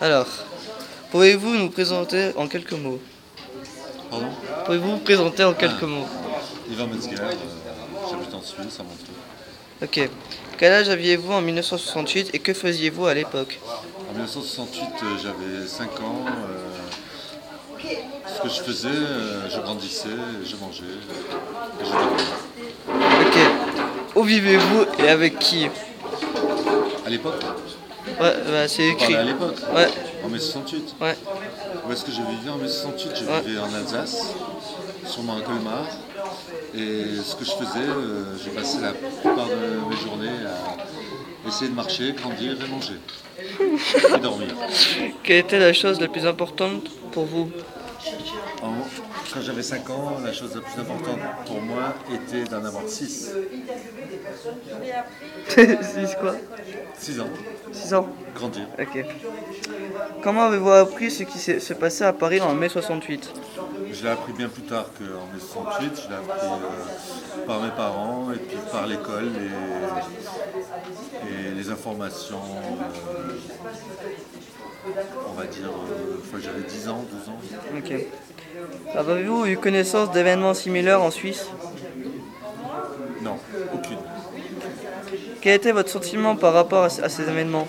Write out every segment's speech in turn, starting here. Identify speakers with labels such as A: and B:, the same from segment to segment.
A: Alors, pouvez-vous nous présenter en quelques mots
B: Pardon
A: Pouvez-vous vous présenter en quelques mots
B: Yvan Metzger, euh, j'habite en Suisse, à Montreux.
A: Ok. Quel âge aviez-vous en 1968 et que faisiez-vous à l'époque
B: En 1968, euh, j'avais 5 ans. euh, ce que je faisais, euh, je grandissais, je mangeais, et je dormais.
A: Ok. Où vivez-vous et avec qui
B: À l'époque,
A: Ouais, bah, c'est
B: on parlait
A: écrit.
B: à l'époque,
A: Ouais,
B: en mai 68.
A: ouais,
B: Où est-ce que je vivais en mai 68 Je
A: Ouais.
B: vivais en Alsace, sûrement à Colmar. Et ce que je faisais, euh, je passais la plupart de mes journées à essayer de marcher, grandir et manger. et dormir.
A: Quelle était la chose la plus importante pour vous
B: En- quand j'avais 5 ans, la chose la plus importante pour moi était d'en avoir 6.
A: C'est quoi
B: 6 ans,
A: 6 ans
B: grandir.
A: Ok. Comment avez-vous appris ce qui s'est- se passait à Paris en mai 68
B: Je l'ai appris bien plus tard qu'en mai 68. Je l'ai appris euh, par mes parents et puis par l'école et, et les informations. euh, on va dire, euh, une fois que j'avais 10 ans, 12 ans.
A: Ok. Avez-vous eu connaissance d'événements similaires en Suisse
B: Non, aucune.
A: Quel était votre sentiment par rapport à, à ces événements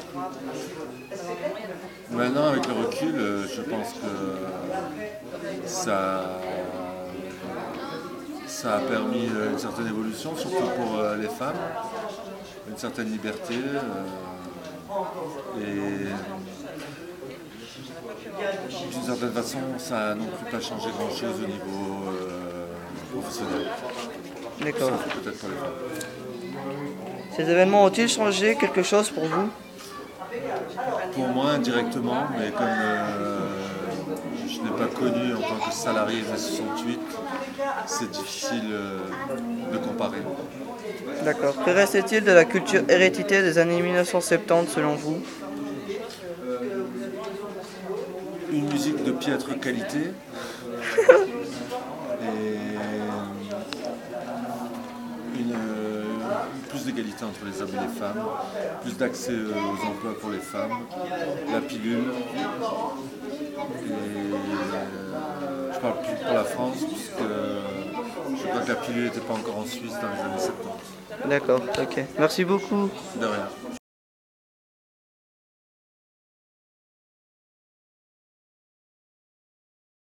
B: Maintenant, avec le recul, euh, je pense que ça, ça a permis euh, une certaine évolution, surtout pour euh, les femmes, une certaine liberté. euh, et d'une certaine façon, ça n'a non plus pas changé grand-chose au niveau euh, professionnel.
A: D'accord.
B: Sauf Peut-être pour les femmes.
A: Ces événements ont-ils changé quelque chose pour vous
B: Pour moi, indirectement, mais comme euh, je n'ai pas connu en tant que salarié mai 68, c'est difficile euh, de comparer.
A: D'accord. Que restait-il de la culture héréditée des années 1970 selon vous
B: Une musique de piètre qualité. et euh, une, euh, plus d'égalité entre les hommes et les femmes, plus d'accès euh, aux emplois pour les femmes, la pilule. Et, euh, je parle plus pour la France, puisque euh, je crois que la pilule n'était pas encore en Suisse dans les années 70.
A: D'accord, ok. Merci beaucoup.
B: De rien.